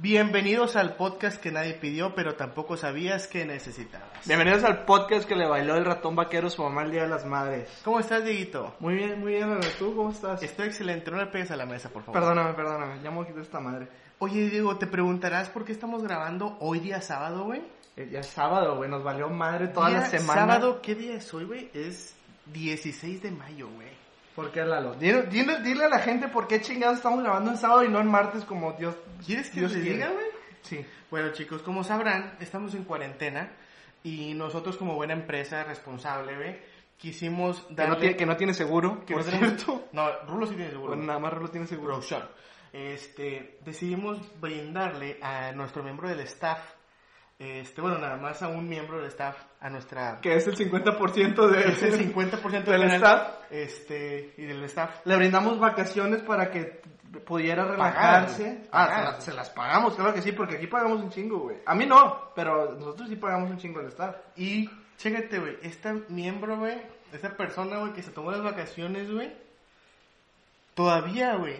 Bienvenidos al podcast que nadie pidió, pero tampoco sabías que necesitabas. Bienvenidos al podcast que le bailó el ratón vaquero a su mamá el Día de las Madres. ¿Cómo estás, Dieguito? Muy bien, muy bien, Lalo. ¿Tú cómo estás? Estoy excelente, no le pegues a la mesa, por favor. Perdóname, perdóname, ya me quité esta madre. Oye, Diego, te preguntarás por qué estamos grabando hoy día sábado, güey. Eh, ya es sábado, güey, nos valió madre toda Día la semana. Sábado, ¿qué día es hoy, güey? Es 16 de mayo, güey. ¿Por qué, Lalo? Dile, dile- dile a la gente por qué chingados estamos grabando en sábado y no en martes como Dios. ¿Quieres que Dios te quiere. diga, güey? Sí. Bueno, chicos, como sabrán, estamos en cuarentena y nosotros como buena empresa responsable, güey, quisimos Que darle... no, tiene, que no tiene seguro, que por no tenemos- cierto. No, Rulo sí tiene seguro. Bueno, nada más Rulo tiene seguro. Producción. Este, decidimos brindarle a nuestro miembro del staff, este, bueno, nada más a un miembro del staff, a nuestra... Que es el 50% de... Es el 50% del Del canal, staff. Este, y del staff. Le brindamos vacaciones para que pudiera Pagadas, relajarse. güey. ah, se Pagadas. las, se las pagamos, claro que sí, porque aquí pagamos un chingo, güey. A mí no, pero nosotros sí pagamos un chingo al staff. Y, chécate, güey, este miembro, güey, esta persona, güey, que se tomó las vacaciones, güey, todavía, güey,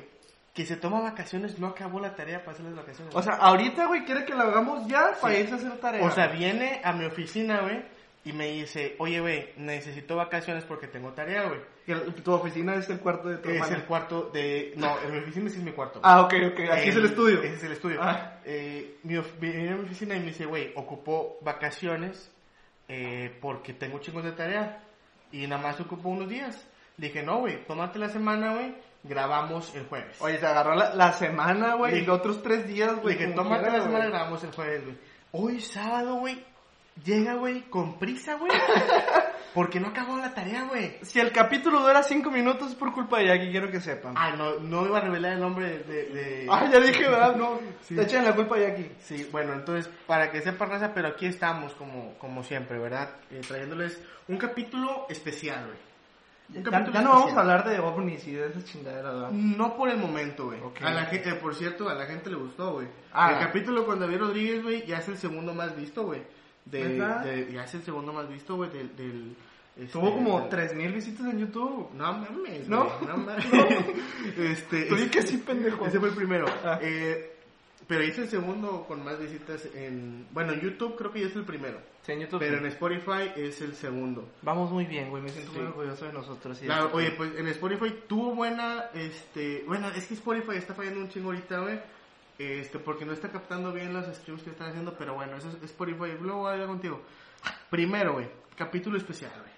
que se toma vacaciones, no acabó la tarea para hacer las vacaciones. O sea, ahorita, güey, quiere que la hagamos ya para irse a hacer tarea. O sea, viene a mi oficina, güey, y me dice, oye, güey, necesito vacaciones porque tengo tarea, güey. Que el- tu oficina es el cuarto de tu Es hermana. el cuarto de... No, en mi oficina sí es mi cuarto. Ah, ok, ok, aquí es el estudio. Ese es el estudio. Ah. Eh, mi of- viene a mi oficina y me dice, güey, ocupó vacaciones eh, porque tengo chingos de tarea y nada más ocupó unos días. Le dije, no, güey, tómate la semana, güey, grabamos el jueves. Oye, se agarró la, la semana, güey, Le- y los otros tres días, Le Pues, güey. dije, como tómate quiera, la semana, güey. grabamos el jueves, güey. Hoy sábado, güey, llega, güey, con prisa, güey, porque no acabó la tarea, güey. Si el capítulo dura cinco minutos es por culpa de Jackie, quiero que sepan. Ah, no, no iba a revelar el nombre de... de- de- Ah, ya dije, ¿verdad? No, Sí. te echan la culpa a Jackie. Sí, bueno, entonces, para que sepan raza, pero aquí estamos como, como siempre, ¿verdad? Eh, trayéndoles un capítulo especial, güey. Ya, Mm. Un capítulo ya no vamos a especial. hablar de ovnis y de esas chingaderas, ¿verdad? No por el momento, güey. Ok. A la gen- eh, por cierto, a la gente le gustó, güey. Ah. El capítulo con David Rodríguez, güey, ya es el segundo más visto, güey. De, ¿Verdad? de- ya es el segundo más visto, güey, del... del este, Tuvo como del- 3000 visitas en YouTube. No mames, ¿No? güey, no mames. este, Tú di que sí, pendejo. Ese fue el primero. Ah. Eh, pero es el segundo con más visitas en... Bueno, en YouTube creo que ya es el primero. Sí, en YouTube. Pero en Spotify es el segundo. Vamos muy bien, güey. Me siento Sí. muy orgulloso de nosotros. y de La- esto. oye, pues en Spotify tuvo buena, este, bueno, es que Spotify está fallando un chingo ahorita, güey. Este, porque no está captando bien los streams que están haciendo, pero bueno, eso es Spotify, luego voy a hablar contigo. Primero, güey, capítulo especial, güey.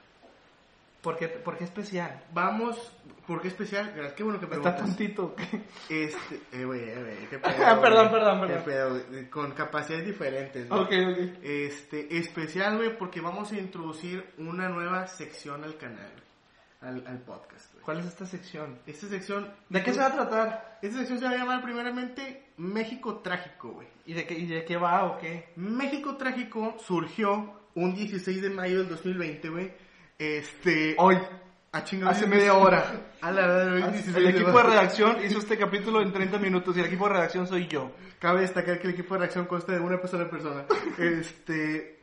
¿Por qué, por qué especial? Vamos, ¿por qué especial? Gracias, qué bueno que Está preguntas. tontito. ¿qué? Este, eh, güey, eh, güey, qué Ah, pedo. perdón, güey. perdón, Qué perdón. pedo, güey, con capacidades diferentes, güey. Ok, ok. Este, especial, güey, porque vamos a introducir una nueva sección al canal, güey, al, al podcast, güey. ¿Cuál es esta sección? Esta sección. ¿De qué se va a tratar? Esta sección se va a llamar primeramente México Trágico, güey. ¿Y de qué, y de qué va o qué? México Trágico surgió un 16 de mayo del 2020, güey. Este. Hoy, a chingada. hace media hora. A la verdad, güey, 16 Ah, El equipo de mayo. redacción hizo este capítulo en 30 minutos y el equipo de redacción soy yo. Cabe destacar que el equipo de reacción consta de una persona en persona. Este.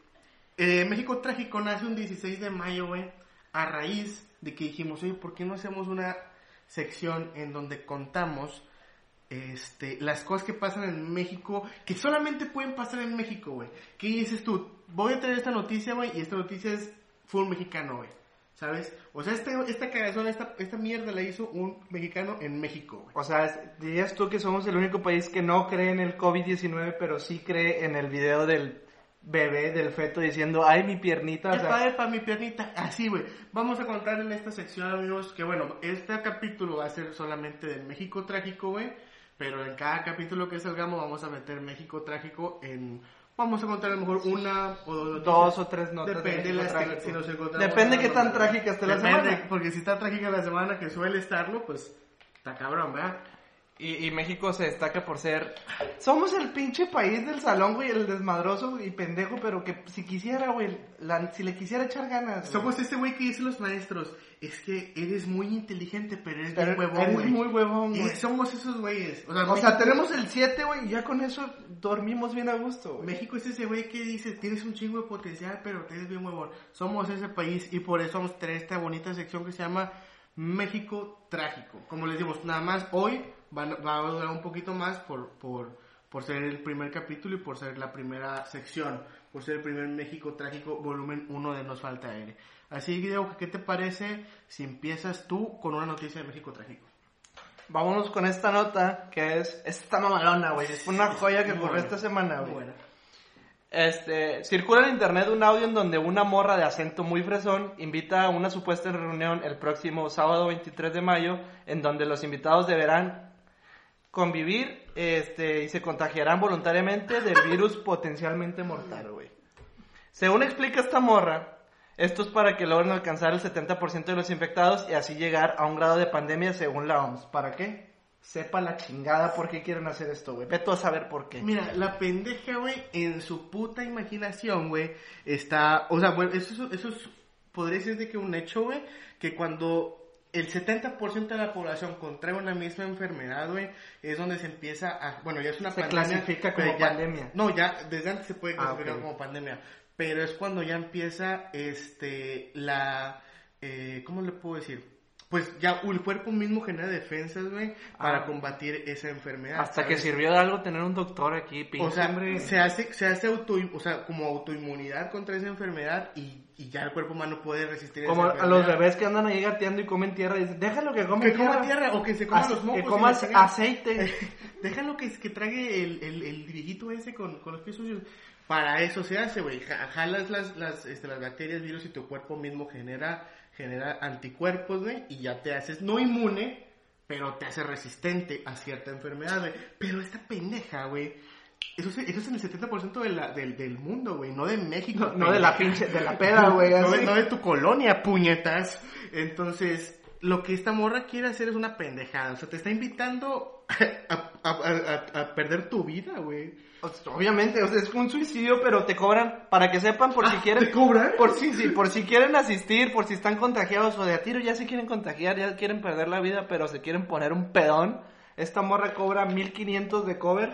eh, México Trágico nace un 16 de mayo, güey. A raíz de que dijimos, oye, ¿por qué no hacemos una sección en donde contamos este, las cosas que pasan en México, que solamente pueden pasar en México, güey? ¿Qué dices tú? Voy a traer esta noticia, güey, y esta noticia es full mexicano, güey. ¿Sabes? O sea, este, esta cagazón, esta, esta mierda la hizo un mexicano en México, güey. O sea, es- dirías tú que somos el único país que no cree en el COVID-19, pero sí cree en el video del bebé, del feto, diciendo, ay, mi piernita. o Ya sea, padre para mi piernita. Así, güey. Vamos a contar en esta sección, amigos, que bueno, este capítulo va a ser solamente de México trágico, güey. Pero en cada capítulo que salgamos vamos a meter México trágico en... Vamos a contar a lo mejor una o dos. noticias. dos o tres notas. Depende de México las que- trágico. si nos encontramos Depende con qué la tan nota. trágica esté la Depende, semana. Porque si está trágica la semana que suele estarlo, pues está cabrón, ¿verdad? Y, y México se destaca por ser. Somos el pinche país del salón, güey, el desmadroso y pendejo, pero que si quisiera, güey, la- si le quisiera echar ganas. güey. Somos ese güey que dicen los maestros, es que eres muy inteligente, pero eres Pero bien huevón, eres güey. muy huevón, güey. Eh, somos esos güeyes. O sea, O sea, tenemos el 7, güey, y ya con eso dormimos bien a gusto, güey. México es ese güey que dice, tienes un chingo de potencial, pero te eres bien huevón. Somos ese país y por eso vamos a tener esta bonita sección que se llama México Trágico. Como les dimos, nada más hoy van- va a durar un poquito más por, por, por ser el primer capítulo y por ser la primera sección, por ser el primer México Trágico volumen 1 de Nos Falta Aire. Así que, Diego, ¿qué te parece si empiezas tú con una noticia de México Trágico? Vámonos con esta nota, que es. Esta mamalona, güey. Es una joya que Muy ocurrió buena, esta semana, muy güey. buena. Este, circula en internet un audio en donde una morra de acento muy fresón invita a una supuesta reunión el próximo sábado 23 de mayo, en donde los invitados deberán convivir este, y se contagiarán voluntariamente del virus potencialmente mortal, güey. Según explica esta morra, esto es para que logren alcanzar el 70% de los infectados y así llegar a un grado de pandemia según la OMS. ¿Para qué? Sepa la chingada por qué quieren hacer esto, güey. Ve tú a saber por qué. Mira, la pendeja, güey, en su puta imaginación, güey, está... O sea, bueno, eso, es- eso es- podría ser de que un hecho, güey, que cuando el 70% de la población contrae una misma enfermedad, güey, es donde se empieza a... Bueno, ya es una Se clasifica pero como ya- pandemia. No, ya desde antes se puede Ah, clasificar ok. como pandemia, pero es cuando ya empieza, este, la... eh, ¿Cómo le puedo decir? Pues ya el cuerpo mismo genera defensas, güey, para Ah. combatir esa enfermedad. Hasta que ¿sabes? sirvió de algo tener un doctor aquí, pinche O sea, hombre. se hace, se hace auto, o sea, como autoinmunidad contra esa enfermedad y, y ya el cuerpo humano puede resistir Mm. Como esa a los enfermedad. bebés que andan ahí gateando y comen tierra y dicen, déjalo que coma Que coma tierra o que se coma Ace- los mocos. que y coma la chingada. aceite. Déjalo que, que trague el, el, el viejito ese con, con los pies sucios. Para eso se hace, güey. Ja- Jalas las, las, este, las bacterias, virus y tu cuerpo mismo genera, genera anticuerpos, güey. Y ya te haces no inmune, pero te hace resistente a cierta enfermedad, güey. Pero esta pendeja, güey. Eso, se- eso es en el 70% de la, del, del mundo, güey. No de México. No de la pendeja. pinche, de la peda, güey. No, así. de- no de tu colonia, puñetas. Entonces, lo que esta morra quiere hacer es una pendejada. O sea, te está invitando a, a- a- a- a perder tu vida, güey. O sea, Obviamente, o sea, es un suicidio, pero te cobran, para que sepan, por si Ah, quieren... ¿te cobran? Por si, sí, por si quieren asistir, por si están contagiados o de a tiro, ya se quieren contagiar, ya quieren perder la vida, pero se quieren poner un pedón. Esta morra cobra 1500 de cover,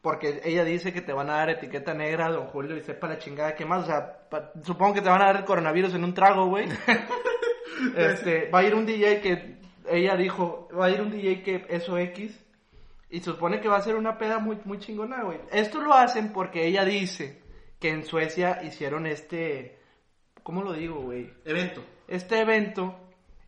porque ella dice que te van a dar etiqueta negra, don Julio, y sepa la chingada que más, o sea, pa- supongo que te van a dar el coronavirus en un trago, güey. Este, va a ir un DJ que ella dijo, va a ir un DJ que eso X y supone que va a ser una peda muy muy chingona, güey. Esto lo hacen porque ella dice que en Suecia hicieron este ¿cómo lo digo, güey? Evento. Este evento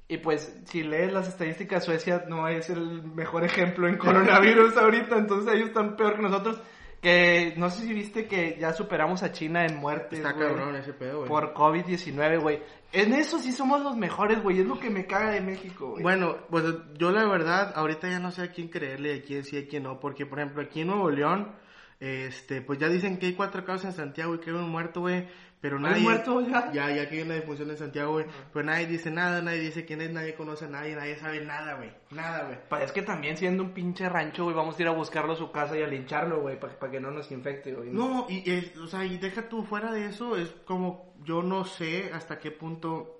y pues si lees las estadísticas Suecia no es el mejor ejemplo en coronavirus ahorita, entonces ellos están peor que nosotros. Que no sé si viste que ya superamos a China en muertes, Está Pues güey. cabrón ese pedo, güey. Por COVID-19, güey. En eso sí somos los mejores, güey. Es lo que me caga de México, güey. Bueno, pues yo la verdad, ahorita ya no sé a quién creerle, a quién sí, a quién no, porque por ejemplo aquí en Nuevo León, este, pues ya dicen que hay cuatro casos en Santiago y que hay un muerto, güey, pero ¿Hay nadie... muerto ya? Ya, ya que hay una difusión en Santiago, güey, pero nadie dice nada, nadie dice quién es, nadie conoce a nadie, nadie sabe nada, güey, nada, güey. Pa- es que también siendo un pinche rancho, güey, vamos a ir a buscarlo a su casa y a lincharlo, güey, para que no nos infecte, güey. No, y es- o sea, y deja tú fuera de eso, es como yo no sé hasta qué punto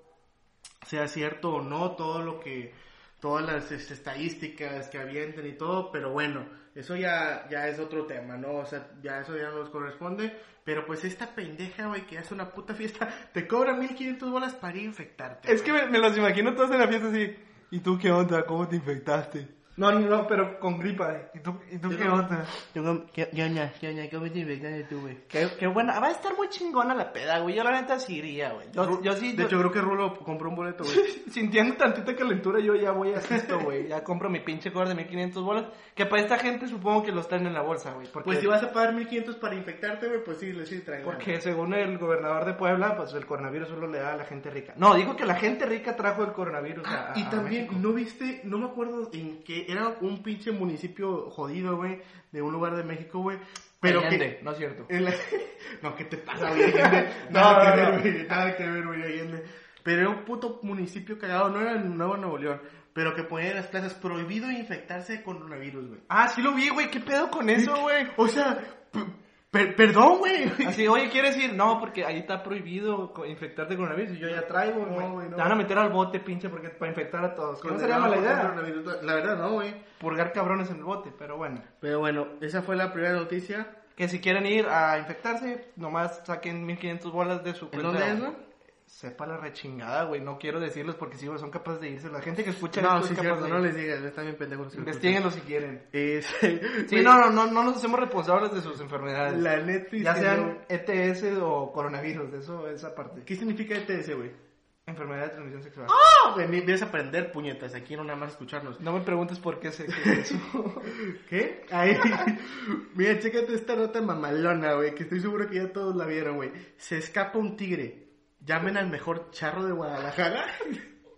sea cierto o no todo lo que todas las este, estadísticas que avienten y todo, pero bueno, eso ya ya es otro tema, ¿no? O sea, ya eso ya no nos corresponde, pero pues esta pendeja, güey, que hace una puta fiesta, te cobra 1500 bolas para ir a infectarte. Es que me, me los imagino todos en la fiesta así. ¿Y tú qué onda? ¿Cómo te infectaste? No, no, no, pero con gripa. ¿eh? ¿Y tú, y tú qué onda? ¿Qué onda? ¿Qué onda? ¿Cómo te infectaste tú, güey? Qué, qué buena. Va a estar muy chingona la peda, güey. Yo la neta sí iría, güey. Yo, yo sí. De yo- hecho, creo que Rulo compró un boleto, güey. Sintiendo tantita calentura, yo ya voy a esto, güey. Ya compro mi pinche cover de 1500 bolas. Que para esta gente supongo que los traen en la bolsa, güey. porque- Pues si vas a pagar 1500 para infectarte, güey, pues sí, lo sí, traigo. Porque según el gobernador de Puebla, pues el coronavirus solo le da a la gente rica. No, digo que la gente rica trajo el coronavirus Ah, a, a- y a también, México. ¿no viste? No me acuerdo en qué. Era un pinche municipio jodido, güey. De un lugar de México, güey. Pero Allende, que. no es cierto. en la- no, ¿qué te pasa, güey? Allende? No, Nada no, que no. ver, güey. Nada que ver, güey, Allende. Pero era un puto municipio cagado. No era en Nuevo Nuevo León. pero que ponían en las plazas prohibido infectarse con coronavirus, güey. Ah, sí lo vi, güey. ¿Qué pedo con eso, güey? O sea, p- per- perdón, güey. Así, oye, ¿quieres ir? No, porque ahí está prohibido co- infectarte con coronavirus y yo ya traigo, No, güey. güey, no. Te van a meter al bote, pinche, porque para infectar a todos. Que No sería Condenado mala por idea. coronavirus. La verdad, no, güey. Purgar cabrones en el bote, pero bueno. Pero bueno, esa fue la primera noticia. Que si quieren ir a infectarse, nomás saquen 1500 bolas de su ¿En cuenta. dónde es, güey? Sepa la rechingada, güey. No quiero decirles porque sí, güey, son capaces de irse. La gente que escucha No, esto sí, es capaz cierto, de no ir. les digas, están bien pendejos. los que lo Investíguenlo si quieren. escuchan. Es- Sí, no, no, no, no nos hacemos responsables de sus enfermedades. La Netflix. ya que sean ETS o coronavirus, de eso, esa no- parte. ¿Qué significa ETS, güey? Enfermedad de transmisión sexual. No, güey, me- vienes a aprender puñetas, aquí no nada más escucharnos. No me preguntes por qué sé que es eso. ¿Qué? Ahí. Mira, chécate esta nota mamalona, güey, que estoy seguro que ya todos la vieron, güey. Se escapa un tigre. Llamen al mejor charro de Guadalajara.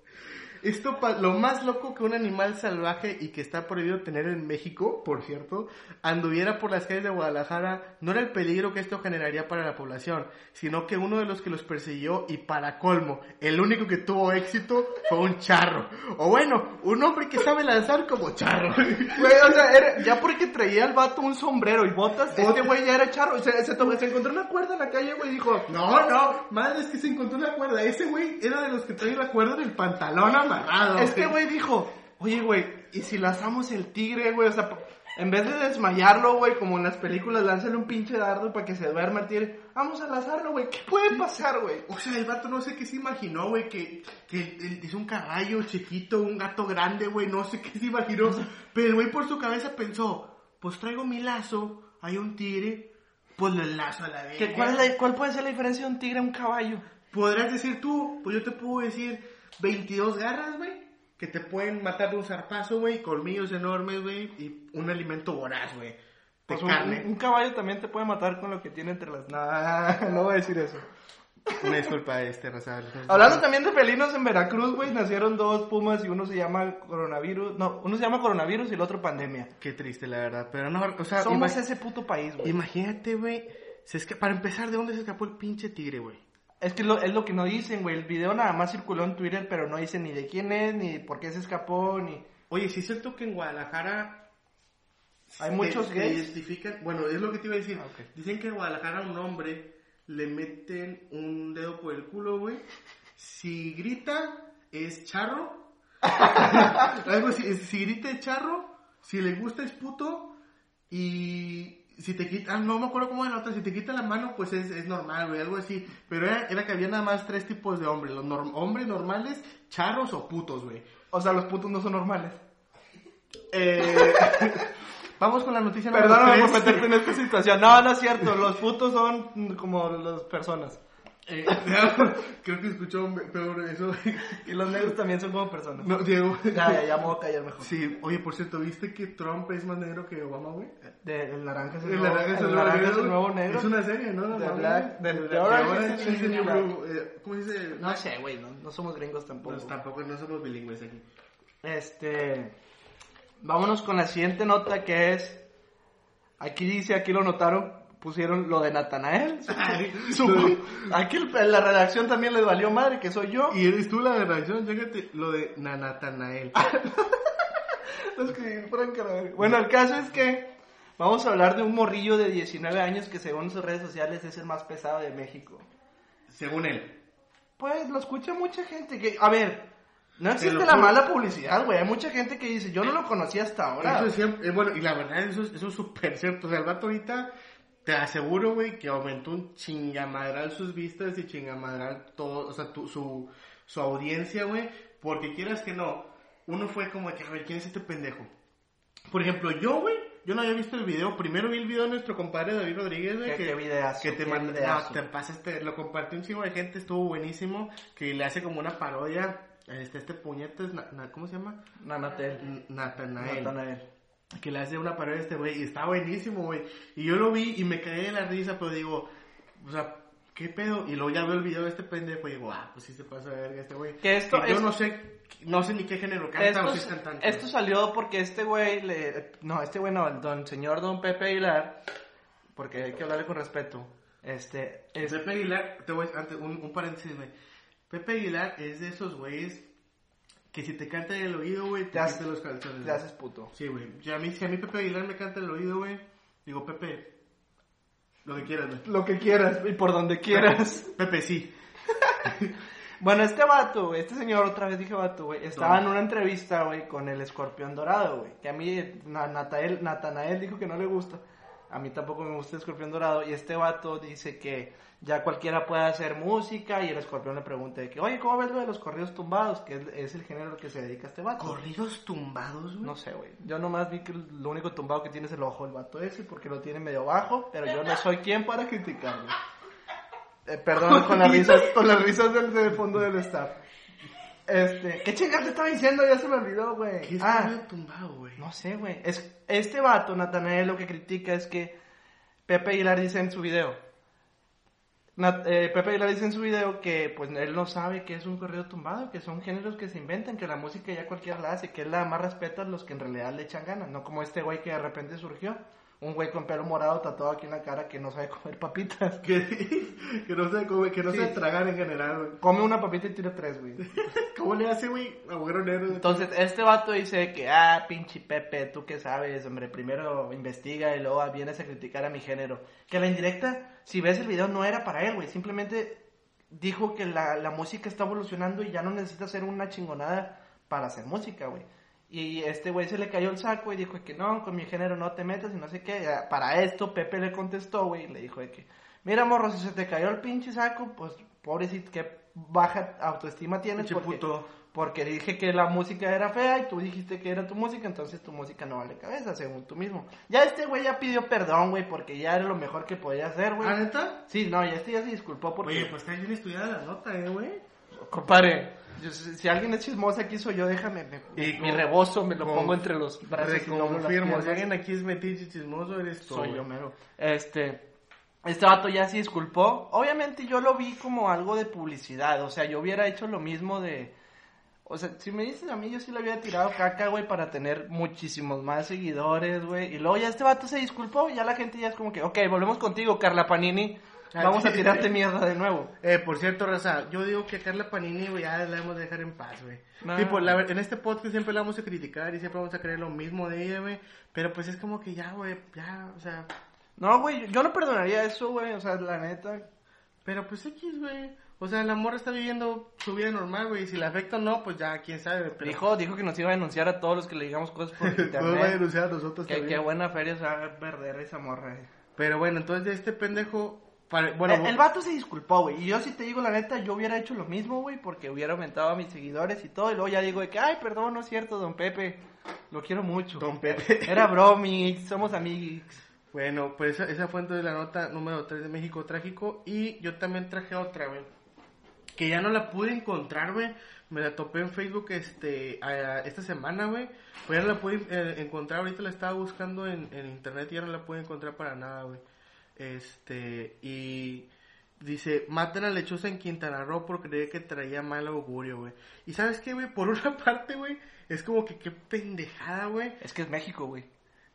Esto, pa- lo más loco que un animal salvaje y que está prohibido tener en México, por cierto, anduviera por las calles de Guadalajara, no era el peligro que esto generaría para la población, sino que uno de los que los persiguió y para colmo, el único que tuvo éxito fue un charro. O bueno, un hombre que sabe lanzar como charro. Güey, o sea, era- ya porque traía al vato un sombrero y botas, este güey ya era charro. Se, se, tomó- se encontró una cuerda en la calle, güey, y dijo, No, no, madre, es que se encontró una cuerda. Ese güey era de los que traía la cuerda en el pantalón amarrado. Este güey dijo, oye, güey, ¿y si lanzamos el tigre, güey? O sea, pa- en vez de desmayarlo, güey, como en las películas, lánzale un pinche dardo para que se duerma el tigre. Vamos a lanzarlo, güey. ¿Qué puede pasar, güey? O sea, el vato no sé qué se imaginó, güey, que, que el- es un caballo chiquito, un gato grande, güey, no sé qué se imaginó. Pero el güey por su cabeza pensó, pues traigo mi lazo, hay un tigre, pues lo enlazo a la vez. ¿Qué- cuál, es la- cuál puede ser la diferencia de un tigre a un caballo? Podrás decir tú, pues yo te puedo decir 22 garras, güey, que te pueden matar de un zarpazo, güey, colmillos enormes, güey, y un alimento voraz, güey, de Pues un, carne. un caballo también te puede matar con lo que tiene entre las... Nah, no voy a decir eso. Una disculpa, este, Raza. Hablando también de felinos en Veracruz, güey, nacieron dos pumas y uno se llama coronavirus. No, uno se llama coronavirus y el otro pandemia. Qué triste, la verdad. Pero no, o sea, Somos ima- ese puto país, güey. imagínate, güey. se esca- Para empezar, ¿de dónde se escapó el pinche tigre, güey? Es que lo- es lo que no dicen, güey. El video nada más circuló en Twitter, pero no dicen ni de quién es, ni por qué se escapó, ni... Oye, si es cierto que en Guadalajara. Hay se- muchos se gays. identifican- Bueno, es lo que te iba a decir. Ah, ok. Dicen que en Guadalajara a un hombre le meten un dedo por el culo, güey. Si grita, es charro. Algo así, Si grita, es charro. Si le gusta, es puto. Y si te quita, ah, no me acuerdo cómo era la otra, si te quita la mano, pues es, es normal, güey, algo así. Pero era, era que había nada más tres tipos de hombres, los norm- hombres normales, charros o putos, güey. O sea, los putos no son normales. Eh, vamos con la noticia número Perdóname tres. por meterte en esta situación. No, no es cierto. Los putos son mm, como las personas. Eh, creo que escuchó me- peor eso. Y los negros también son como personas. No, Diego. Ya, ya, ya me voy a callar mejor. Sí, oye, por cierto, ¿viste que Trump es más negro que Obama, güey? De- el naranja es el, El nuevo, naranja es el el nuevo naranja es el negro. nuevo negro. Es una serie, ¿no? La The mamá, Black- güey. The- The The Orange Orange is is the the New New Blue. Eh, ¿Cómo dice? No sé, güey. No, no somos gringos tampoco. Pues tampoco, no somos bilingües aquí. Este. Vámonos con la siguiente nota que es. Aquí dice, aquí lo notaron, pusieron lo de Natanael. Supo- aquí el- la redacción también les valió madre, que soy yo. Y eres tú la de Rayón, chécate lo de Nanatanael. Lo escribí Frank a la verga. Bueno, el caso es que. Vamos a hablar de un morrillo de 19 años que según sus redes sociales es el más pesado de México. Según él. Pues lo escucha mucha gente que, a ver, no existe lo la juro. mala publicidad, güey. Hay mucha gente que dice, yo no lo conocía hasta ahora. Eso es siempre, eh, bueno, y la verdad, eso, es- eso es súper cierto. O sea, el vato ahorita, te aseguro, güey, que aumentó un chingamadral sus vistas y chingamadral todo, o sea, tu- su, su audiencia, güey. Porque quieras que no, uno fue como que, a ver, ¿quién es este pendejo? Por ejemplo, yo, güey, yo no había visto el video. Primero vi el video de nuestro compadre David Rodríguez, güey. Qué- qué videazo, Que te qué manda- videazo. no, te pasaste, lo compartió un chingo de gente, estuvo buenísimo. Que le hace como una parodia. a Este, este puñetes, na- na- ¿cómo se llama? Nanatel. N- Natanael Natanael. que le hace una parodia a este güey y está buenísimo, güey. Y yo lo vi y me caí de la risa, pero digo, o sea, ¿qué pedo? Y luego ya veo el video de este pendejo y digo, ah, pues sí se pasa de verga este güey. Que esto Y yo es- no sé, no sé ni qué género canta o Esto, si es cantante. esto salió porque este güey, le- no, este güey no, el don, señor don Pepe Aguilar, porque hay que hablarle con respeto, este, es- Pepe Aguilar, te voy a antes, un, un paréntesis, güey. Pepe Aguilar es de esos güeyes que si te canta en el oído, güey, te Te haces- haces los calzones. Te haces puto. Sí, güey. Ya a mí, si a mí Pepe Aguilar me canta en el oído, güey, digo, Pepe, lo que quieras, güey. Lo que quieras y por donde quieras. Pepe, sí. Bueno, este vato, güey, este señor, otra vez dije vato, güey, estaba ¿Dónde? en una entrevista, güey, con el escorpión dorado, güey. Que a mí, Na- Natael- Natanael dijo que no le gusta. A mí tampoco me gusta el escorpión dorado. Y este vato dice que ya cualquiera puede hacer música. Y el escorpión le pregunta de que, oye, ¿cómo ves lo de los corridos tumbados? Que es, es el género al que se dedica este vato. Corridos tumbados, Pues, güey. No sé, güey. Yo nomás vi que lo único tumbado que tiene es el ojo el vato ese, porque lo tiene medio bajo, pero yo no soy quien para criticarlo. Eh, perdón, con las risas, con las risas del, del fondo del staff. Este, ¿qué chingas te estaba diciendo? Ya se me olvidó, ¿Qué güey. es Ah, corrido tumbado, güey? no sé, güey. Es, este vato, Natanael, lo que critica es que Pepe Aguilar dice en su video. Nat- eh, Pepe Aguilar dice en su video que pues él no sabe que es un corrido tumbado, que son géneros que se inventan, que la música ya cualquiera la hace, que él la más respeta a los que en realidad le echan ganas, no como este güey que de repente surgió, un güey con pelo morado tatuado aquí en la cara que no sabe comer papitas. Que, que no se come, que no Sí. se tragar en general, güey. Come una papita y tira tres, güey. ¿Cómo le hace, güey? Agüero negro. Entonces, este vato dice que, ah, pinche Pepe, tú qué sabes, hombre, primero investiga y luego vienes a criticar a mi género. Que la indirecta, si ves el video, no era para él, güey. Simplemente dijo que la, la música está evolucionando y ya no necesita hacer una chingonada para hacer música, güey. Y este güey se le cayó el saco y dijo que no, con mi género no te metas y no sé qué. Ya, Para esto Pepe le contestó, güey, y le dijo de que, mira morro, si se te cayó el pinche saco, pues pobrecito, qué baja autoestima tienes. Pinche porque- puto. porque dije que la música era fea y tú dijiste que era tu música, entonces tu música no vale cabeza, según tú mismo. Ya este güey ya pidió perdón, güey, porque ya era lo mejor que podía hacer, ¿Ah, güey. neta? Sí, no, ya este ya se disculpó porque... Oye, pues está bien estudiada la nota, eh, güey. Compadre, yo- si si alguien es chismosa aquí soy yo, déjame me, Y mi con- rebozo, me lo con- pongo entre los brazos. y no las Reconfirmo, piernas. si alguien aquí es metiche chismoso, eres tú. Soy güey. yo, mero. Este, este vato ya se disculpó. Obviamente yo lo vi como algo de publicidad. O sea, yo hubiera hecho lo mismo de... O sea, si me dices a mí, yo sí le hubiera tirado caca, güey, para tener muchísimos más seguidores, güey. Y luego ya este vato se disculpó y ya la gente ya es como que, ok, volvemos contigo, Carla Panini. Ah, Vamos a tirarte mierda de nuevo. Eh, por cierto, Raza, yo digo que a Carla Panini, güey, ya la hemos de dejar en paz, güey. No. Tipo, la ver- en este podcast siempre la vamos a criticar y siempre vamos a creer lo mismo de ella, güey. Pero pues es como que ya, güey, ya, o sea. No, güey, yo no perdonaría eso, güey. O sea, la neta. Pero pues X, güey. O sea, la morra está viviendo su vida normal, güey. y Si la afecta o no, pues ya, quién sabe, pero. Dijo, dijo que nos iba a denunciar a todos los que le digamos cosas por No va a internet. denunciar a nosotros que, también. qué buena feria se va a perder esa morra, eh. Pero bueno, entonces de este pendejo. para- bueno, el, el vato se disculpó, güey. Y yo si te digo la neta, yo hubiera hecho lo mismo, güey, porque hubiera aumentado a mis seguidores y todo. Y luego ya digo de que, ay, perdón, no es cierto, don Pepe. Lo quiero mucho. Don Pepe. Era bromix, somos amigos. Bueno, pues esa, esa fue entonces la nota número 3 de México Trágico. Y yo también traje otra, güey. Que ya no la pude encontrar, güey. Me la topé en Facebook este, a- esta semana, güey. Pues ya no la pude eh, encontrar. Ahorita la estaba buscando en, en internet y ya no la pude encontrar para nada, güey. Este, y dice: Maten a lechuza en Quintana Roo por creer que traía mal augurio, güey. Y sabes qué, güey, por una parte, güey, es como que qué pendejada, güey. Es que es México, güey.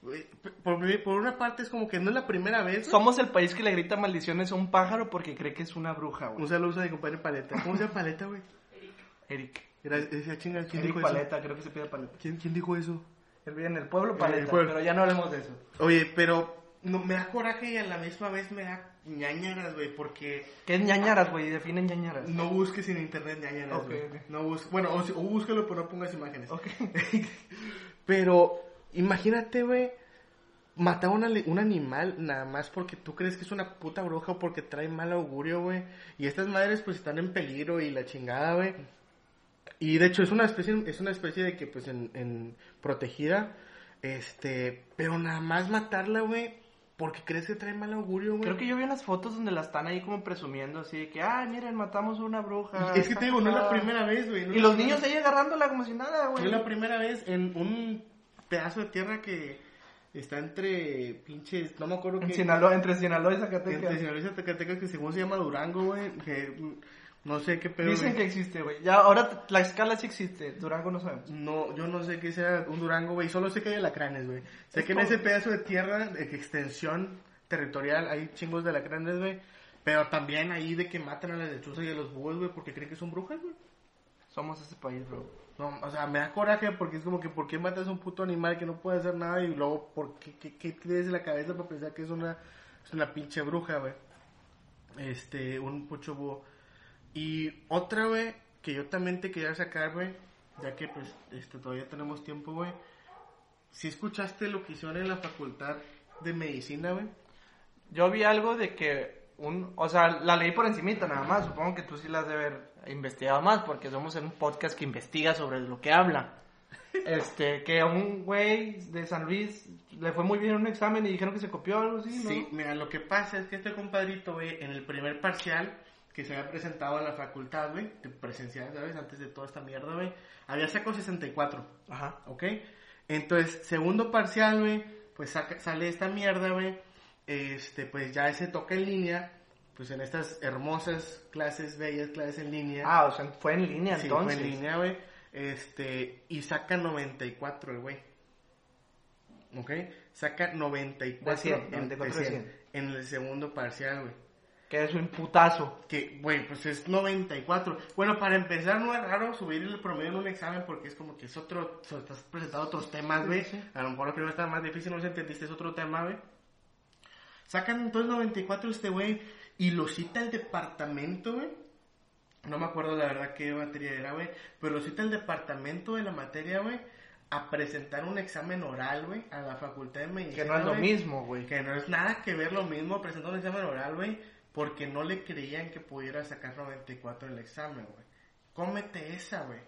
Güey, p- Por, por una parte es como que no es la primera vez. güey. Somos el país que le grita maldiciones a un pájaro porque cree que es una bruja, Un güey. saludo a mi compadre Paleta. ¿Cómo se llama Paleta, güey? Eric. Gracias. Esa chinga, ¿quién Eric dijo Paleta, creo que se pide Paleta. eso? ¿Quién, quién dijo eso? Él vive en el pueblo el Paleta, pueblo. pero ya no hablemos de eso. Oye, pero no, me da coraje y a la misma vez me da ñañaras, güey, porque ¿Qué es ñañaras, güey? Definen ñañaras. no busques en internet ñañaras, Ok, güey. ok. No bus- bueno, o, si- o búscalo, pero no pongas imágenes. Ok. Pero imagínate, güey, matar a una le- un animal nada más porque tú crees que es una puta bruja o porque trae mal augurio, güey. Y estas madres pues están en peligro y la chingada, güey. Y de hecho es una especie, es una especie de que pues en, en protegida, este, pero nada más matarla, güey, porque crees que trae mal augurio, güey. Creo que yo vi unas fotos donde la están ahí como presumiendo, así de que, ay, miren, matamos a una bruja. Y es que te digo, no es la Ah. primera vez, güey. no Y es los la- niños ahí agarrándola como si nada, Fue güey. la primera vez en un pedazo de tierra que está entre pinches, no me acuerdo En qué. Sinaloa, entre Sinaloa y Zacatecas. entre Sinaloa y Zacatecas, que según se llama Durango, güey. Que mm, no sé qué pedo. Dicen que güey. existe, güey. Ya, ahora Tlaxcala sí existe, Durango no sabemos. No, yo no sé qué sea un Durango, güey. Solo sé que hay alacranes, güey. Sé Es que en como- ese pedazo de tierra, de extensión territorial, hay chingos de alacranes, güey. Pero también ahí de que matan a las lechuzas y a los búhos, güey, porque creen que son brujas, güey. Somos ese país, bro. No, o sea, me da coraje porque es como que ¿por qué matas a un puto animal que no puede hacer nada y luego ¿por qué, qué, qué tienes en la cabeza para pensar que es una, es una pinche bruja, güey? Este, un pucho búho. Y otra, güey, que yo también te quería sacar, güey, ya que pues este, todavía tenemos tiempo, güey. Si escuchaste lo que hicieron en la facultad de medicina, güey. Yo vi algo de que un, o sea, la leí por encimita nada más, supongo que tú sí la has de haber investigado más porque somos en un podcast que investiga sobre lo que habla. Este, que a un güey de San Luis le fue muy bien en un examen y dijeron que se copió algo así, ¿no? Sí, mira, lo que pasa es que este compadrito, güey, en el primer parcial que se había presentado en la facultad, güey, de presencial, ¿sabes? Antes de toda esta mierda, güey, había sacado 64, Ajá. ¿ok? Entonces, segundo parcial, güey, pues saca- sale esta mierda, güey, este, pues ya ese toca en línea, pues en estas hermosas clases, bellas clases en línea. Ah, o sea, fue en línea Sí, fue entonces. en línea, güey. Este, y saca 94 el güey. ¿Ok? Saca 94 De 100, en- 94 de 100. en el segundo parcial, güey. Que es un putazo. Que, güey, pues es 94. Bueno, para empezar, no es raro subir el promedio en un examen porque es como que es otro. so- Estás presentando otros temas, güey. Sí, sí. A lo mejor la primera está más difícil, no se entendiste, es otro tema, güey. Sacan entonces 94 este güey y lo cita el departamento, güey. No me acuerdo la verdad qué materia era, güey. Pero lo cita el departamento de la materia, güey. A presentar un examen oral, güey, a la facultad de medicina. Que no es lo güey. mismo, güey. Que no es nada que ver lo mismo presentar un examen oral, güey, porque no le creían que pudiera sacar 94 en el examen, güey. Cómete esa, güey.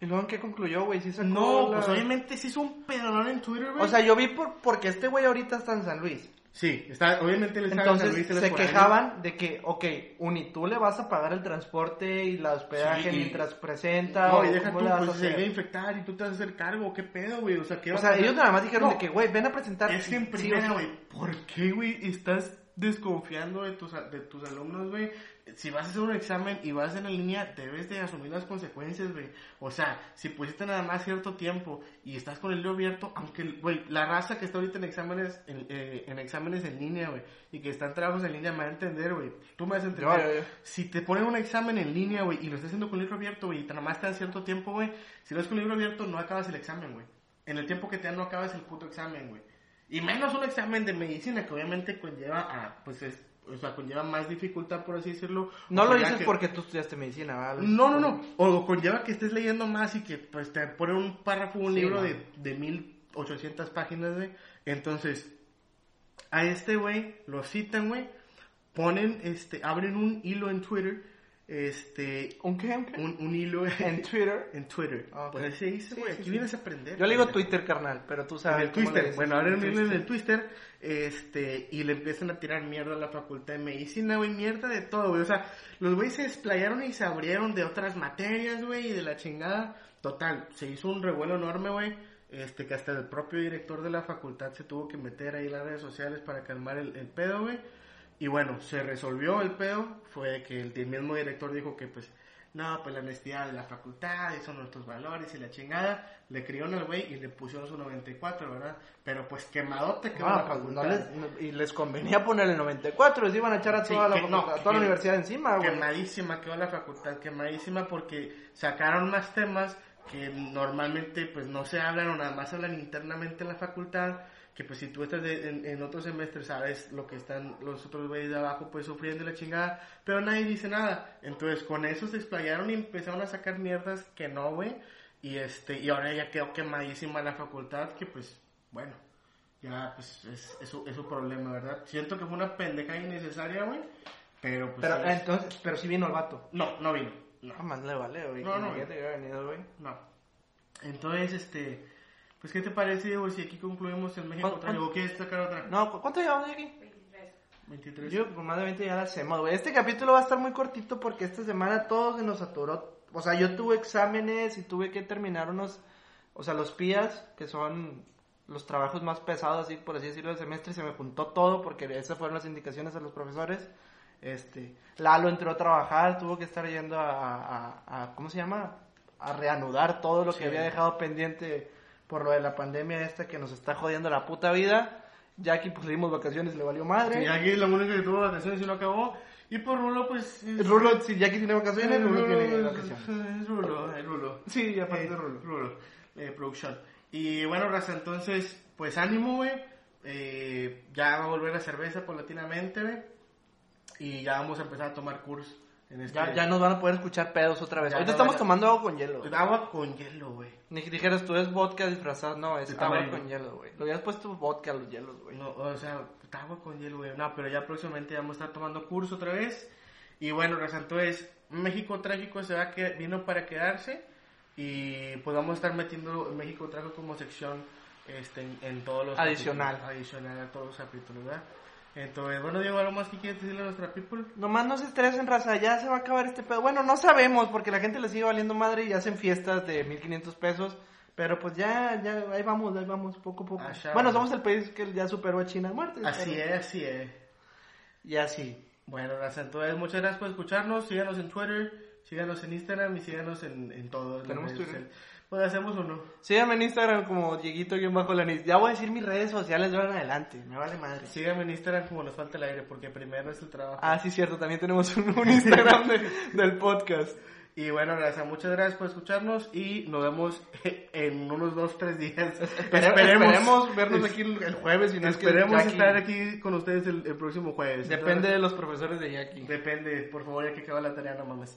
¿Y luego en qué concluyó, güey? ¿Sí sacó No, la- pues obviamente sí hizo un pedalón en Twitter, güey. O sea, yo vi por, porque este güey ahorita está en San Luis. sí, está, obviamente le sacan San Entonces Luis, él es se por ahí. quejaban de que, ok, Uni, tú le vas a pagar el transporte y la hospedaje Sí, y- mientras presenta. No, o y deja cómo tú, le vas a pues se hacer? llega a infectar y tú te vas a hacer cargo, ¿qué pedo, güey? O sea, ¿qué O vas a sea, hacer? ellos nada más dijeron No, de que, güey, ven a presentar. Es que en Sí, primera, o sea, güey, ¿por qué, güey, estás desconfiando de tus, a- de tus alumnos, güey? Si vas a hacer un examen y vas en la línea, debes de asumir las consecuencias, güey. O sea, si pusiste nada más cierto tiempo y estás con el libro abierto, aunque, güey, la raza que está ahorita en exámenes en, eh, en exámenes en línea, güey, y que están trabajos en línea, me va a entender, güey. Tú me vas a entender. Yo, yo, yo. Si te ponen un examen en línea, güey, y lo estás haciendo con libro abierto, güey, y nada más te dan cierto tiempo, güey, si lo haces con libro abierto, no acabas el examen, güey. En el tiempo que te dan, no acabas el puto examen, güey. Y menos un examen de medicina, que obviamente conlleva a, pues es, o sea, conlleva más dificultad, por así decirlo. No O lo sea, ya dices que- porque tú estudiaste medicina, ¿verdad? No, no, no. O conlleva que estés leyendo más y que, pues, te ponen un párrafo, un Sí, libro no. de, de 1800 páginas, güey. Entonces, a este güey lo citan, güey. Ponen, este, abren un hilo en Twitter, este, ¿Un qué? ¿Un qué? un, un hilo En Twitter. en Twitter. Ah, ok. Pues así se dice, Sí, güey. sí, Aquí sí. vienes a aprender. Yo le digo pendejo. Twitter, carnal, pero tú En sabes. el cómo le Twitter. dices. Bueno, ahora En en el, en Twister. el Twitter, este, y le empiezan a tirar mierda a la facultad de medicina, güey, mierda de todo, güey. O sea, los güeyes se desplayaron y se abrieron de otras materias, güey, y de la chingada. Total, se hizo un revuelo enorme, güey. Este, que hasta el propio director de la facultad se tuvo que meter ahí en las redes sociales para calmar el, el pedo, güey. Y bueno, se resolvió el pedo. Fue que el, el mismo director dijo que, pues, no, pues la honestidad de la facultad, esos son nuestros valores y la chingada. Le crió al güey y le pusieron su 94, ¿verdad? Pero pues quemadote quedó Ah, la pues, no facultad. les- no- y les convenía ponerle 94, les iban a echar a Sí, toda, la, que no, facultad- a que- toda la universidad encima, güey. Quemadísima quedó la facultad, quemadísima porque sacaron más temas que normalmente pues no se hablan o nada más hablan internamente en la facultad, que pues si tú estás de- en, en otro semestre sabes lo que están los otros güeyes de abajo pues sufriendo y la chingada, pero nadie dice nada. Entonces con eso se explayaron y empezaron a sacar mierdas que no, güey. Y este, y ahora ya quedó quemadísima la facultad que pues, bueno, ya pues es, es, su, es su problema, ¿verdad? Siento que fue una pendeja innecesaria, güey. Pero pues pero ahí- entonces, pero sí vino el vato. no, no vino. No, Ah, más le vale, güey. No, no, Imagínate que hubiera venido, güey. no. Entonces, este. Pues, ¿qué te parece, güey? Si aquí concluimos en México, ¿Cuán- otra, ¿o quieres sacar otra? No, ¿cu- ¿cuánto llevamos de aquí? 23. Yo por más de 20 ya la hacemos, güey. Este capítulo va a estar muy cortito porque esta semana todo se nos saturó. O sea, yo tuve exámenes y tuve que terminar unos, o sea, los PIAs, que son los trabajos más pesados, así por así decirlo, del semestre, se me juntó todo porque esas fueron las indicaciones a los profesores. Este, Lalo entró a trabajar, tuvo que estar yendo a, a- a- a- ¿cómo se llama? A reanudar todo lo Sí. que había dejado pendiente por lo de la pandemia esta que nos está jodiendo la puta vida. Jackie pues le dimos vacaciones, le valió madre. Y aquí la única que tuvo vacaciones y no acabó. Y por Rulo, pues. es- Rulo, si Jackie tiene vacaciones, Rulo tiene vacaciones. es Rulo, es Rulo. Sí, y aparte Eh, de Rulo. Rulo, eh, Production. Y bueno, raza, entonces, pues ánimo, güey. Eh, ya va a volver la cerveza paulatinamente, güey. Y ya vamos a empezar a tomar curso en este. Ya, ya nos van a poder escuchar pedos otra vez. Ya Ahorita no estamos van a- tomando agua con hielo. güey. Agua con hielo, güey. Ni que dijeras tú es vodka disfrazado, no, es De agua tamarindo. con hielo, güey. Lo hubieras puesto vodka a los hielos, güey. No, o sea, puta, agua con hielo, güey. No, pero ya próximamente vamos a estar tomando curso otra vez. Y bueno, raza, entonces, México Trágico se va a que- vino para quedarse. Y pues vamos a estar metiendo México Trágico como sección este, en, en todos los. Adicional. capítulos. adicional a todos los capítulos, ¿verdad? Entonces, bueno, Diego, ¿algo más que quieres decirle a nuestra people? Nomás no se estresen, raza, ya se va a acabar este pedo. Bueno, no sabemos, porque la gente le sigue valiendo madre y hacen fiestas de 1500 pesos. Pero pues ya, ya, ahí vamos, ahí vamos, poco a poco. Allá bueno, vamos. somos el país que ya superó a China en muertes. Así pero- es, así es. Y así. Bueno, raza, entonces, muchas gracias por escucharnos. Síganos en Twitter, síganos en Instagram y síganos en, en todo. ¿Tenemos Twitter? Pues hacemos uno. Síganme en Instagram como Dieguito-Lanis. Ya voy a decir mis redes sociales de ahora en adelante, me vale madre. Síganme en Instagram como nos falta el aire, porque primero es el trabajo. Ah, sí, cierto, también tenemos un, un Instagram de- del podcast. Y bueno, gracias, muchas gracias por escucharnos y nos vemos en unos dos, tres días. Esperemos, esperemos vernos aquí el, el jueves. Si no es que Esperemos Jackie- estar aquí con ustedes el, el próximo jueves. Depende de los profesores de Jackie. Entonces, depende, por favor, ya que acaba la tarea, no mames.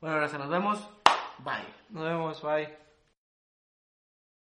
Bueno, gracias, nos vemos. Bye. Nos vemos, bye.